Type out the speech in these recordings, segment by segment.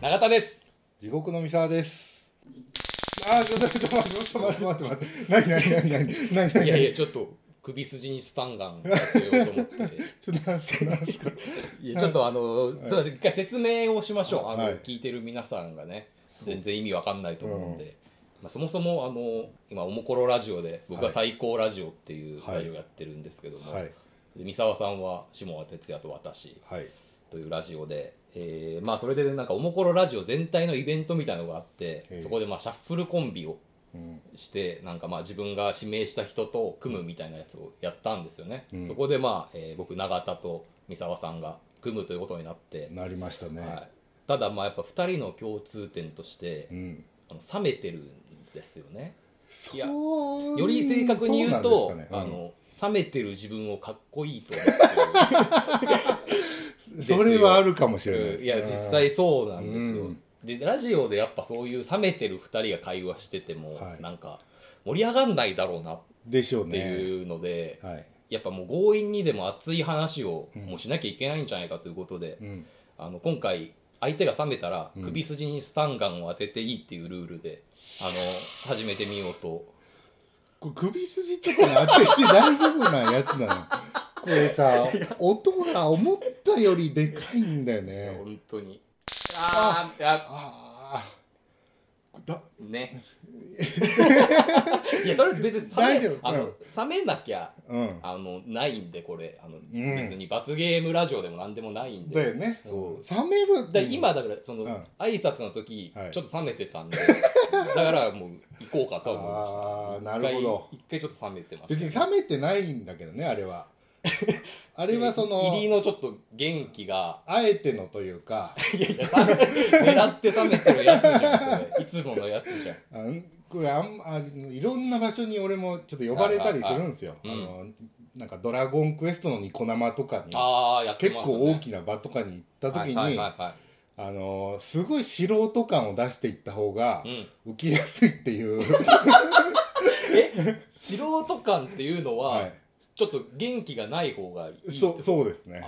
永田です地獄の三沢です。あー、ちょっとちょっと待って待って待って待って。何何何何何何いやいやちょっと首筋にスタンガンやってようと思ってちょっとなんすかなんすか。 いやちょっとあの、すみません一回説明をしましょうあの、はい聞いてる皆さんがね全然意味わかんないと思うんで、まあ、そもそもあの今「おもころラジオ」で僕ははい最高ラジオっていうはいラジオやってるんですけども、はいで三沢さんは下川哲也と私はいというラジオで、えーまあそれでなんかおもころラジオ全体のイベントみたいのがあってへえそこでまあシャッフルコンビをうんしてなんかまあ自分が指名した人と組むみたいなやつをやったんですよね、うんそこでまあ、えー僕永田と三沢さんが組むということになって、なりましたね。はい、ただまあやっぱ2人の共通点として、うん。あの冷めてるんですよねいやそうより正確に言うとそなんですかねあの冷めてる自分をかっこいいと思ってるうんそれはあるかもしれないうですね。んいや実際そうなんですよ、うんでラジオでやっぱそういう冷めてる2人が会話してても、はいなんか盛り上がんないだろうなっでしょうてね。いうので、はい。やっぱもう強引にでも熱い話をうんもうしなきゃいけないんじゃないかということで、うん。あの今回相手が冷めたらうん首筋にスタンガンを当てていいっていうルールで、あの始めてみようとこれ首筋とかに当てて大丈夫なやつなの。これさ、音が思ったよりでかいんだよね。本当にあーあああ。だね いやそれ別に冷大め丈夫あうのん冷めなきゃうん。あのないんでこれあの、ん別に罰ゲームラジオでも何でもないんでだよね。そう冷める。だから今だからその、うん挨拶の時、はいちょっと冷めてたんで だからもう行こうかとは思いましたあーなるほど一回一回ちょっと冷めてました別に冷めてないんだけどねあ れはあれはそ入りののちょっと元気があえてのというかいやいや冷め狙って冷めてるやつじゃんそれいつものやつじゃんあんこれあんあのいろんな場所に俺もちょっと呼ばれたりするんですよああああのなんか「ドラゴンクエスト」のニコ生とかにああやって結ます、ね、構大きな場とかに行った時はいにはいはあのすごい素人感を出していった方がいはい、うん、浮きやすいって いう、え素人感っていうのは、はちょっと元気がない方がいいっい、てこそとそうですね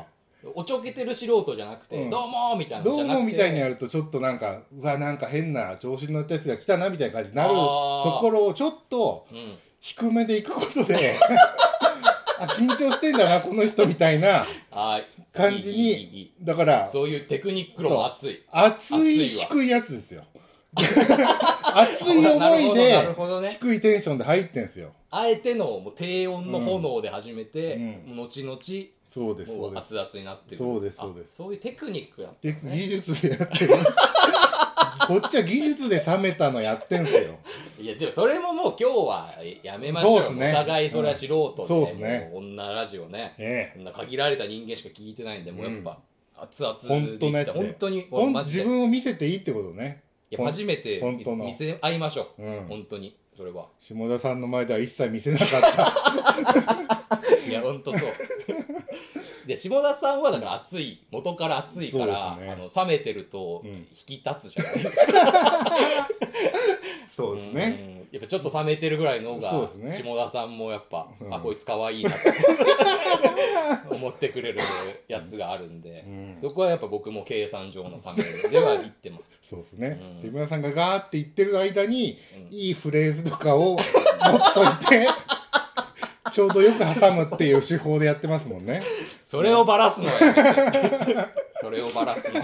おちょけてる素人じゃなくて、うんどうもーみたいなのどじうゃなくてもみたいにやるとちょっとなんかうわなんか変な調子に乗ったやつが来たなみたいな感じになるあーところをちょっとうん低めで行くこと であ緊張してんだなこの人みたいなあー感じいにいいいいいだからそういうテクニック論熱い。熱い熱いわ低いやつですよ熱い思いなるでほどね。低いテンションで入ってんすよあえてのもう低温の炎で始めて、うん後々そうですもそううで熱す々になってくる。そうですあそうですそういうテクニックやっで技術でやってるこっちは技術で冷めたのやってん すよいやでもそれももう今日はやめましょうよ。そうっすねお互いそれは素人で、うんそうっすねもう女ラジオね。ええこんな限られた人間しか聞いてないんで、もうやっぱ熱々本当のやつで本当にほ俺んマジ自で分を見せていいってことねいや初めてほん見本当の見せ合いましょうう。ん本当にそれは。下田さんの前では一切見せなかったいや、ほんとそう。で、下田さんはだから熱い、元から熱いから、そうですねあの冷めてるとうん引き立つじゃないですか。 そうですねうんやっぱちょっと冷めてるぐらいの方そうが、ですね下田さんもやっぱ、うんあ、こいつ可愛いなと思ってくれるやつがあるんで、うんそこはやっぱ僕も計算上の冷めでは言ってます。そうですねうん木村さんがガーって言ってる間にうんいいフレーズとかを持っとい てちょうどよく挟むっていう手法でやってますもんね。それをバラすのやめて それをバラすの。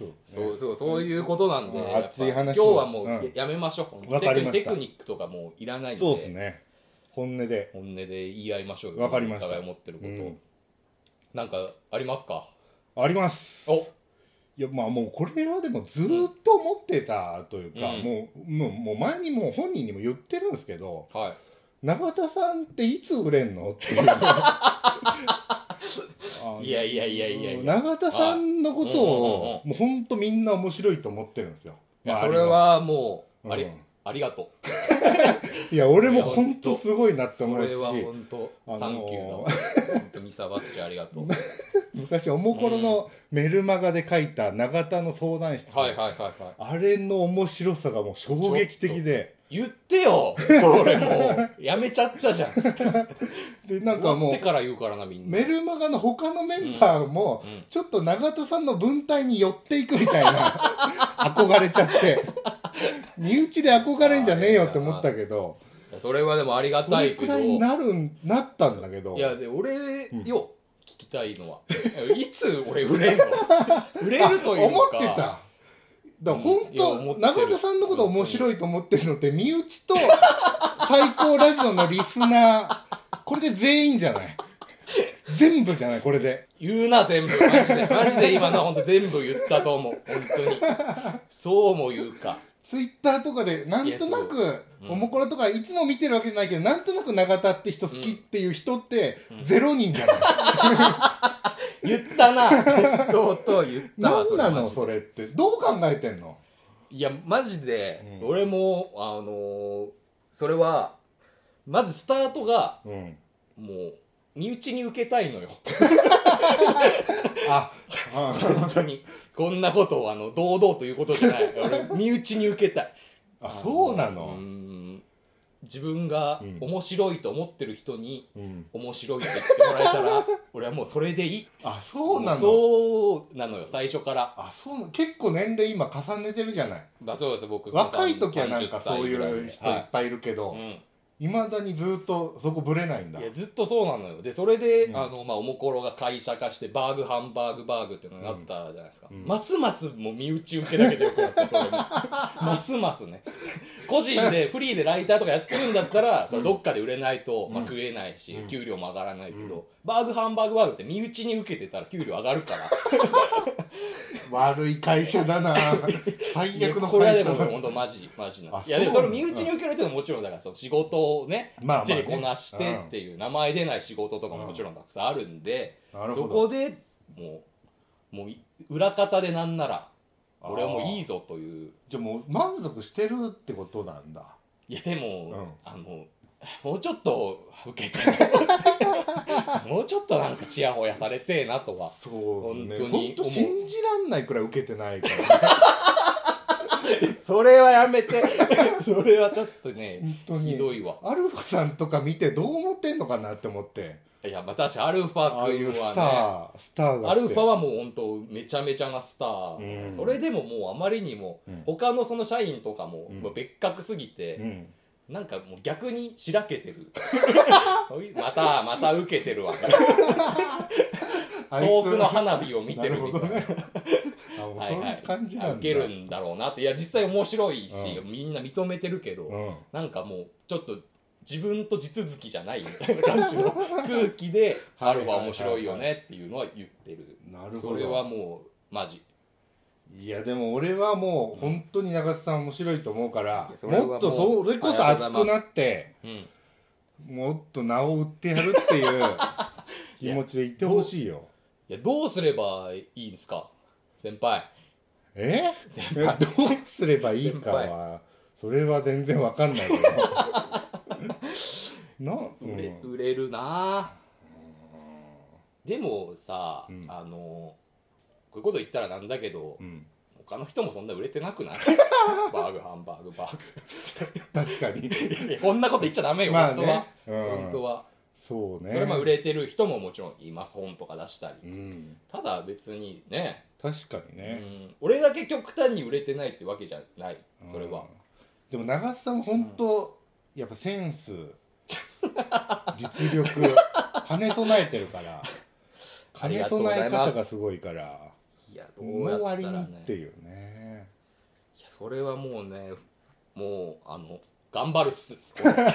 そうそうそうそういうことなんで、うんやっぱ熱い話今日はもううんややめましょう、わかりましたテクテクニックとかもういらないんでそうですね。本音で。本音で言い合いましょうよわかりましたお互い思ってること、うんなんかありますかあります。おいやまあもうこれはでもずーっと思ってたというか、うんもうもうもう前にもう本人にも言ってるんですけどはい永田さんっていつ売れんのっていうあ のいやいやいやいやいや永田さんのことをはもうほんとみんな面白いと思ってるんですよ。いや、周そりれのはもうあり,、うんありがとういや俺も本当すごいなって思そうれはし本当、あのーサンキューだわ本当にサバッチありが とうは昔おもころのメルマガで書いた永田の相談室、いはいはいはいあれの面白さがもう衝撃的で言ってよそれもうやめちゃったじゃんでなん終かわもってうから言うからなみんなメルマガの他のメンバーも、うんちょっと永田さんの文体に寄っていくみたいな憧れちゃって身内で憧れんじゃねえよって思ったけどいやそれはでもありがそたれいくけどらいになるんなったんだけどいやで俺うんよ、聞きたいのはいつ俺売 れるの売れるというの思かってただから本うんいや思って当る永田さんのこと面白いと思ってるのって身内と最高ラジオのリスナーこれで全員じゃない全部じゃないこれで言うな全部マジでマジで今のは本当全部言ったと思う本当にそうも言うかツイッターとかでなんとなくうんおもころとかいつも見てるわけじゃないけどなんとなく永田って人好きっていう人ってうんゼロ人じ ゃない、言ったな とうとう言ったわ何マなのジでそれってどう考えてんのいやマジで、うん俺もあのーそれはまずスタートがうんもう身内に受けたいのよああ本当にこんなことをあの堂々ということじゃ ない俺身内に受けたいあそうなうーの、ん自分がうん面白いと思ってる人にうん、面白いって言ってもらえた ら俺はもうそれでいいあそうなのそうなのよ最初から、あそうなの結構年齢今重ねてるじゃないまあ、そうです僕若い時はなんか30そう歳いぐらでう人いっぱいいるけど、はいういんまだにずっとそこぶれないんだいやずっとそうなのよでそれで、うんあのまあ、おもころが会社化してバーグハンバーグバーグっていうのがあったじゃないですか、うんますますもう身内受けだけでよくなったそ れもますますね個人でフリーでライターとかやってるんだったらそれどっかで売れないと、うんまあ、食えないし、うん給料も上がらないけど、うんバーグハンバーグバーグって身内に受けてたら給料上がるから悪い会社だな最悪のこれは会で社もだ本当マジマジなあいやでもそそうれなんだ身内に受けるっていうのももちろんだからその仕事をねきまあまっあちねりこなしてっていう、名前出ない仕事とかももちろんたくさんあるんで、なるそほどこでもうもうい裏方でなんならあー俺はもういいぞというじゃあもう満足してるってことなんだいやでも、うんあのもうちょっと受けて もうちょっとなんかちやほやされてえなとはそうね本本当当に思う信じらんないくらい受けてないから、ね、それはやめて それはちょっとね本当に ひどいわアルファさんとか見てどう思ってんのかなって思っていやまあ確かにアルフああいァう君スタはねー、スターがアルファは、はもう本当めちゃめちゃなスター、うんそれでももうあまりにもうん他のその社員とかもうんもう別格すぎて、うんなんかもう逆にしらけて るまたまた受けてるわあいつ遠くの花火を見てるみたいななるほどねあもうはいそうはいいう感じなんだ、受けるんだろうなっていや実際面白いし、うみんな認めてるけど、うんなんかもうちょっと自分と地続きじゃないみたいな感じ の空気で「はいはいはいはいハルは面白いよね」っていうのは言ってるなるほどそれはもうマジいやでも俺はもう本当に長瀬さん面白いと思うからいやそれはもうもっとそれこそありが熱とうごくざなってうんもっと名を売ってやるって いう気持ちでいてほしいよいやどうすればいいんですか先輩え先いや輩 どうすればいいか先はそれは全然わかんない けどな、う売れ,、ん、売れるなあでもさ、うんあのこういうこと言ったらなんだけど、うん他の人もそんな売れてなくない バーグハンバーグバー確かにグい やこんなこと言っちゃダメよ、まあ本当はね、、うん、本当はそうねそれも売れてる人ももちろんいます本とか出したり、うん、ただ別にね確かにうね、ん、俺だけ極端に売れてないってわけじゃないそれは、でも長瀬さん本当、やっぱセンス実力兼ね備えてるから あ兼りねがとうござい備えます方がすごいからいやどうやのっ割たにらっねていうねいやそれはもうねもうあの頑張るっ すこれいや頑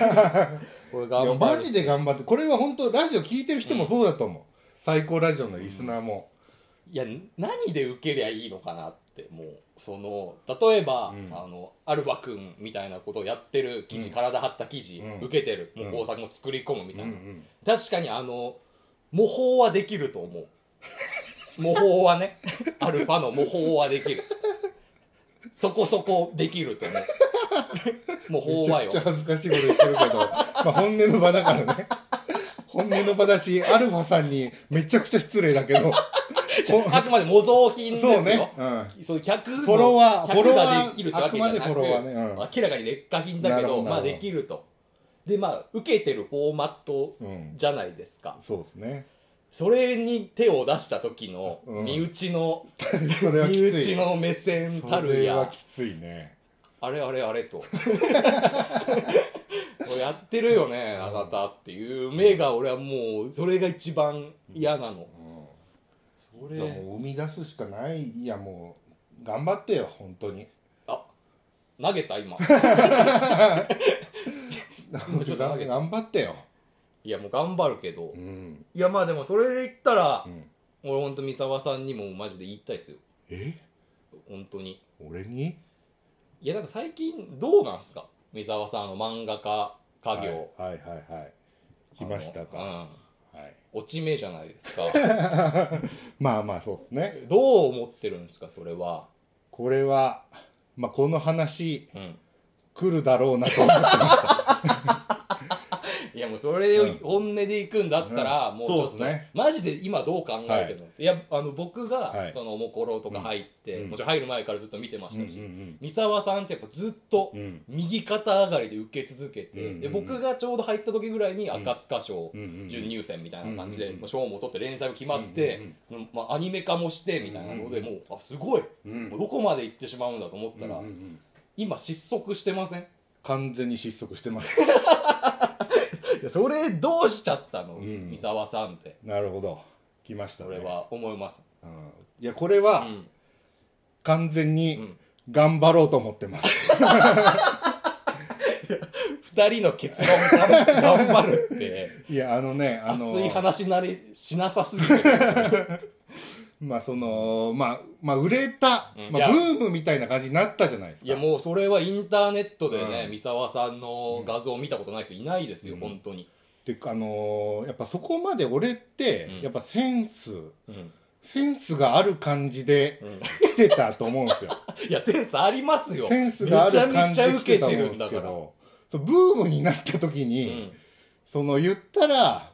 張るマっすジで頑張ってこれは本当ラジオ聞いてる人もそうだと思う、最高ラジオのリスナーも、いや何で受けりゃいいのかなってもうその例えば、うんあのアルファ君みたいなことをやってる記事、うん体張った記事、うん受けてるもううん工作も作り込むみうんたいな、うん確かにあの模倣はできると思う模倣はねアルファの模倣はできるそこそこできると思う模め倣はちゃくよちゃ恥ずかしいこと言って るけどまあ本音の場だからね本音の場だしアルファさんにめちゃくちゃ失礼だけど じゃああくまで模造品ですそようね、うん、その100のフォロワーフ100ォロワができるってーあわくけじゃまなでくフォロワーね、う明んらかに劣化品だなけるほどどまあなるほどできるとでまあ受けてるフォーマットうん、じゃないですかそうですねそれに手を出した時のうん身内の、それはき身つ内いの目線たそるれはやきついねあれあれあれと もうやってるよねあなたっていう目が俺はもうそれが一番嫌なの、うんそじゃあもうれ生み出すしかないいやもう頑張ってよ本当に投げた 今頑ちょっと投げて張ってよ、いやもう頑張るけど、ういんやまあでもそれで言ったらう、ん、俺ほんと三沢さんにもマジで言いたいですよえ本当に俺にいやなんか最近どうなんすか三沢さんの漫画家家業、はい、はいはいはい来ましたあか、のはい、うん、落ち目じゃないですか まあまあそうですねどう思ってるんですかそれは、これはまあこの話うん、来るだろうなと思ってましたいやもうそれをうん本音でいくんだったら、うんもうちょっそうとっすねマジで今どう考えてるの、い、やあの僕が、はいそのおもころとか入って、うんもちろん入る前からずっと見てまうしんうたし、ん三沢さんってやっぱずっと、うんうん右肩上がりで受け続けて、うんうんうでん僕がちょうど入った時ぐらいに赤塚賞うんうん準入選みたいな感じで、うんうんうんもう賞も取って連載も決まって、まあ、アニメ化もしてみたいなので、うんうんもうあすごいうんうんもうどこまで行ってしまうんだと思ったら、うんうんうん今失速してません完全に失速してますいやそれどうしちゃったの、うん三沢さんって なるほど来ましたそねれは思います、うんいやこれうはん完全うにん、頑張ろうと思っ てます、 2人の結論が頑張るっていやあのねあの熱い話なりしなさすぎてまあそのまあまあ売れた、うんいまやあ、ブームみたいな感じになったじゃないですかいやもうそれはインターネットでね、うん三沢さんの画像を見たことない人いないですよ、うん本当に、であのーやっぱそこまで俺って、うんやっぱセンスうんセンスがある感じでうん来てたと思う んですよいやセンスありますよセンスがある感めじでちゃ来めちゃ受けてたとて思うるんんでだすからけどそうブームになった時うに、んその言ったら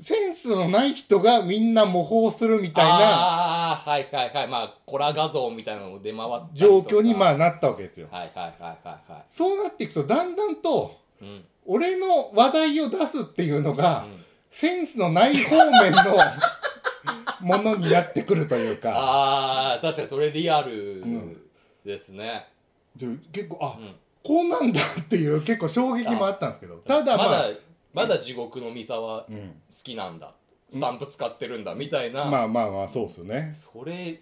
センスのない人がみんな模倣するみたいなああはいはいはいまあコラ画像みたいなのも出回ったり状況にまああなったわけですよ。はいはいはいはいはそうなっていくとだんだんというん俺の話題を出すっていうのが、うんセンスのない方面のものになってくるというかああ確かにそれリアルんですね、で結構あ、うんこうなんだっていう結構衝撃もあったんですけどただまあ まだまだ地獄の三沢好うん、きなんだスタンプ使ってるんだみたいな、まあまあまあそうっすよねそれ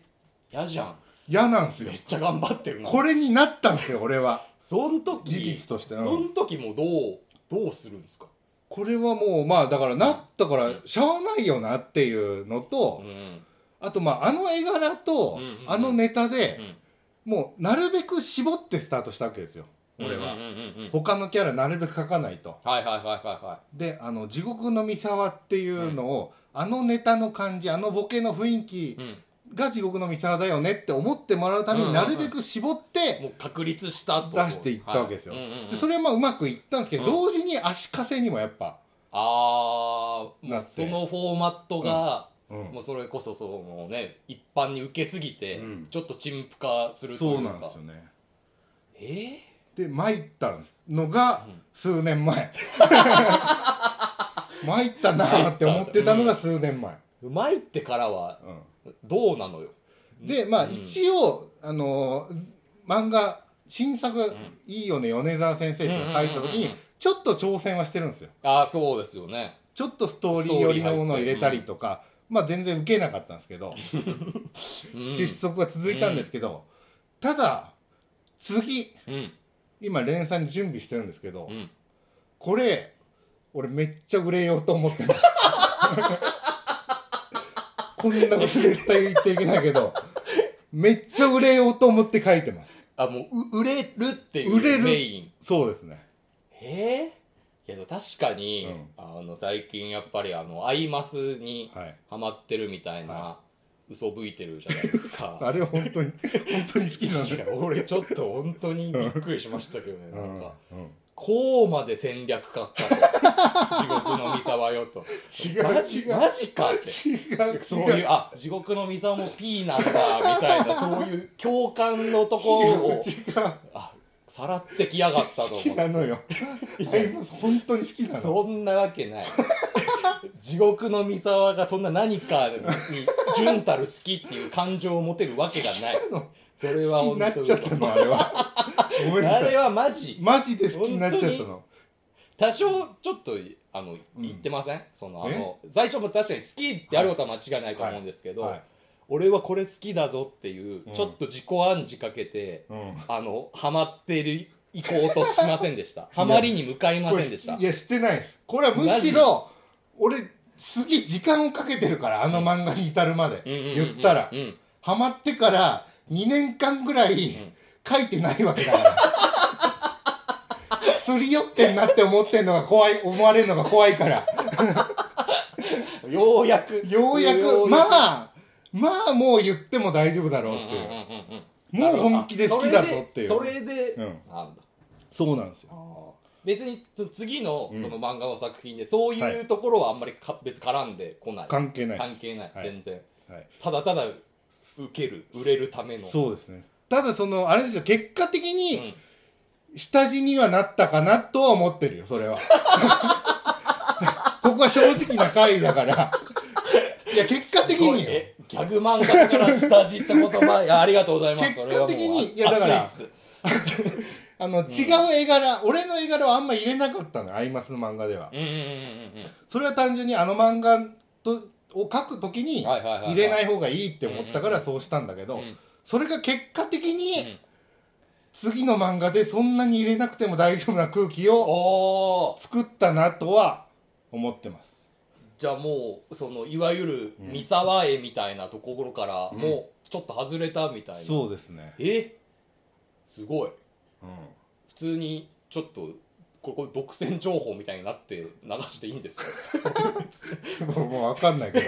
嫌じゃん嫌なんすよめっちゃ頑張ってるなこれになったんですよ俺はそん時事実として、うんそん時もどうどうするんですかこれはもうまあだからなったからしゃあないよなっていうのうと、んあとまああの絵柄と、うんうんうんあのネタうで、んもうなるべく絞ってスタートしたわけですよ俺は、うんうんうんうん他のキャラなるべく描かないとはいはいはいはいはであの地獄の三沢っていうのを、あのネタの感じあのボケの雰囲気い、うん、が地獄の三沢だよねって思ってもらうためうんにうんうなんるべく絞って、もう確立したと出していったわけですよはいうんうんうでんそれはまあうまくいったんですけど、うん同時に足かせにもやっぱ、ああもなうってそのフォーマットが、うんもうそれこそそのね一般に受けすぎて、うんちょっと陳腐化するというかそうなんですよねえで参ったんですのがうん数 年前参ったなーって思ってたのが数年前、ーうまいってからはうんどうなのよでまあうん一応、あのー漫画新作、んいいよね米沢先生」っていうのを書いた時うんうんうんうんうにんちょっと挑戦はしてるんですよああそうですよねちょっとストーリー寄りのものを入れたりとか、まあ全然受けなかったんですけど、うん失速は続いたんですけど、ただ次うん今連載に準備してるんですけど、うんこれ俺めっちゃ売れようと思ってます こんなこと絶対言っちゃいけないけどめっちゃ売れようと思って書いてますあもうう売れるってい売れうるメインそうですねええいや確かに、うんあの最近やっぱりあのアイマスにはいハマってるみたいな、は嘘吹いてるじゃないですか あれ本当に本当に好きなんいだや俺ちょっと本当にびっくりしましたけどね、うなんんかこうまで戦略家か と地獄の三沢よと違うマジ違うマジかって違うそういうあ地獄の三沢も P なんだみた いなそういう共感のところを違う違うあさらってきやがったと好思きってなのよいアイマス本当に好きなのそんなわけない 地獄の三沢がそんな何かに純たる好きっていう感情を持てるわけがないなのそれは好きに本なっ当ちゃ嘘ったのあれはごめんなあされいはマジマジで好きになっちゃったの多少ちょっとあのうん言ってません、そのあえの最初も確かに好きってやることは間違いないと思うんですけど、はい俺はこれ好きだぞっていう、うんちょっと自己暗示かけてうんあのハマってる行こうとしませんでしたハマりに向かいまこせれんでしたいやしてないですこれはむしろ俺すげえ時間をかけてるからあの漫画に至るまでうんうんうんうん言ったらうんハマってから2年間ぐらいん書いてないわけだから。 すり寄ってんなって思ってんのが怖い思われるのが怖いからようやくようやくまあまあもう言っても大丈夫だろうっていう,、もう本気で好きだぞっていうそれでうんなんだそうなんですよ別にその次のうんその漫画の作品でそうはいいうところはあんまりか別に絡んでこない関係ないです関係ないはい全然はいただただ受ける売れるためのそうですねただそのあれですよ結果的うにん下地にはなったかなとは思ってるよそれは ここは正直な回だからいや結果的すごいによえギャグ漫画だから下地って言葉いやありがとうございます 結果それはもう的にあいやだから熱いっすあの、違う絵柄俺の絵柄はあんま入れなかったのよアイマスの漫画ではうんうんうんうんそれは単純にあの漫画とを描くときにはいはいはいはい入れない方がいいって思ったかうんらそうしたんだけど、うんうんそれが結果的に、うん次の漫画でそんなに入れなくても大丈夫な空気をおー作ったなとは思ってますじゃあもうそのいわゆるうん三沢絵みたいなところからうんもうちょっと外れたみたいな、そうですね、えすごいうん、普通にちょっとここれ独占情報みたいになって流していいんですかもうもう分かんないけど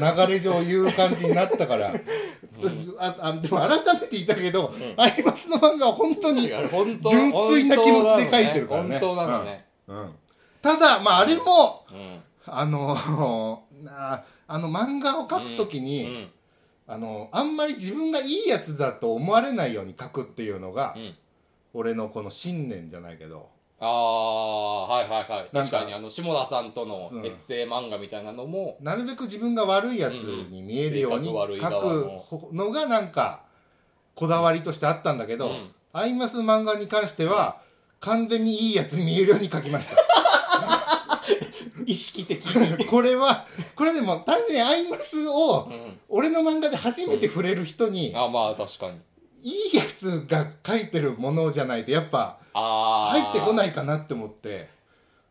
流れ上言う感じになったから、ああでも改めて言ったけど、んアイマスの漫画は本当にいや本当純粋な気持ちで書いてるからね本当なのね、うんただまああれも、うんあのなあの漫画を描くときうんに、あのあんまり自分がいいやつだと思われないように描くっていうのが、うん俺のこの信念じゃないけどああはいはいはいなん確かかにあの下田さんとのうんエッセイ漫画みたいなのも、なるべく自分が悪いやつに見えるようにうんうん性格悪い側の描くのがなんかこだわりとしてあったんだけど、うんアイマス漫画に関しては完全にいいやつに見えるように描き ました。意識的に、これはこれでも単純にアイマスをうん、俺の漫画で初めて触れる人に、あまあ確かにいいやつが書いてるものじゃないとやっぱああ入ってこないいかなって思って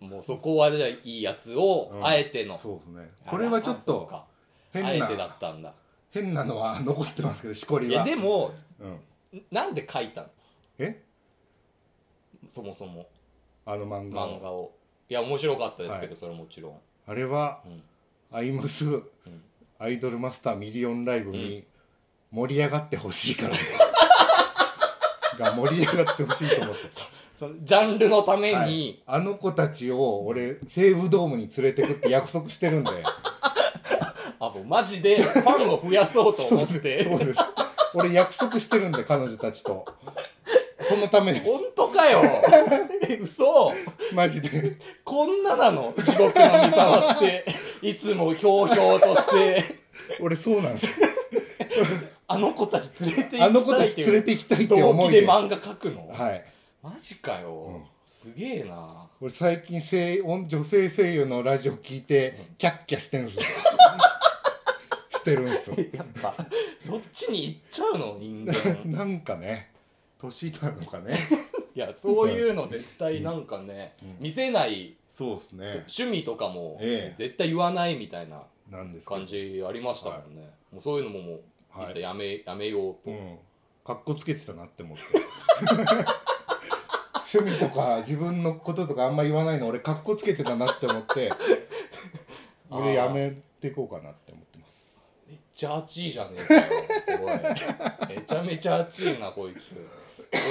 もうそこはじゃあいいやつを、うんあえてのそうですねこれはちょっあそうとかあ変えなてだったんだ変なのは残ってますけどしこいりやはでもうん、なんで書いたのえそもそもあの漫画を漫画をいや面白かったですけど、それはもちろん、あれはうんアイムスうんアイドルマスターミリオンライブに盛り上がってほし いから、が盛り上がってほしいと思ってそのジャンルのために、はいあの子たちを俺西武ドームに連れてくって約束してるんであもうマジでファンを増やそうと思っ そうてです俺約束してるんで彼女たちとそのためです本当かよえ嘘マジでこんななの地獄の三沢っていつもひょうひょうとして俺そうなんですあの子たち連れてあの行き子たたいっていち連れうて行きたいって動思機いでで、漫画描くの、はい、マジかよ、うんすげえ な俺最近声音女性声優のラジオ聞いてキャッキャしてるん ですよしてるんですよやっぱそっちに行っちゃうの人間なんかね年なのかね いやそういうの絶対なんかね、うん見せないそうですね趣味とかもええ絶対言わないみたいななんですけど感じありましたもんね、もうそういうのももうはい一切やめ,、やめよううと、んかっこつけてたなって思って 趣味とか自分のこととかあんま言わないの俺かっこつけてたなって思っ てあー俺やめていこうかなって思ってますめっちゃ熱いじゃねえかよお いめちゃめちゃ熱いなこいつこ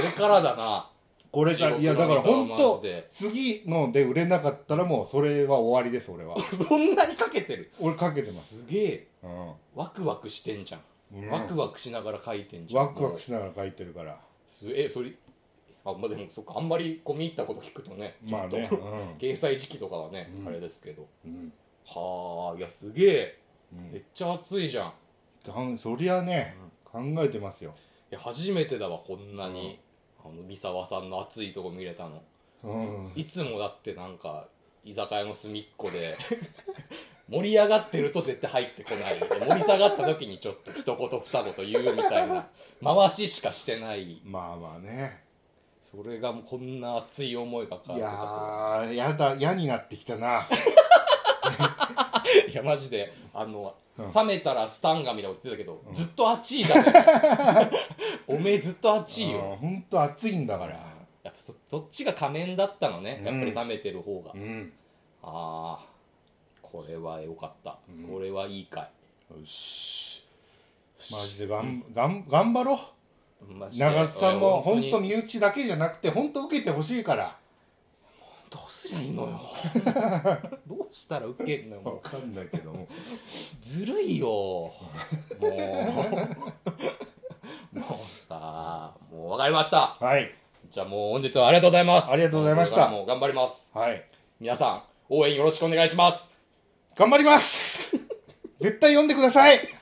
れからだなこれからいやだから本当当次ので売れなかったらもうそれは終わりです俺はそんなにかけてる俺かけて ます、すげえうんワクワクしてんじゃん、うんワクワクしながら書いてんじゃんワクワもクしながら書いてるからうすえそれあまあでもそっかあんまり込み入ったこと聞くとねまあねちょっと掲載時期とかはね、うんあれですけどうん、うんはあいやすげえうんめっちゃ熱いじゃん、いかんそりゃね考えてますよ、や初めてだわこんなに、あの三沢さんの熱いとこ見れたのうん、いつもだってなんか居酒屋の隅っこで 盛り上がってると絶対入ってこないみたいな盛り下がった時にちょっと一言二言言うみたいな回ししかしてないまあまあねそれがもうこんな熱い思いがいかやーやだ嫌になってきたないやマジであの、うん冷めたらスタンガンみたいなこと言ってたけど、うんずっと熱いじゃん おめえずっと熱いうんよほんと暑いんだだからやっぱそそっちが仮面だったのねうんやっぱり冷めてる方が、うんああこれは良かった、うんこれはいい回よしマジでがんがん頑張ろうマジで長瀬さんも俺本当に身内だけじゃなくて本当受けてほしいからどうすりゃいいの よどうしたらウケんのよもうかんないけどもずるいよもうもうさもう分かりました はいじゃあもう本日はありがとうございますありがとうございましたもう頑張りますはい皆さん応援よろしくお願いします 頑張ります絶対読んでください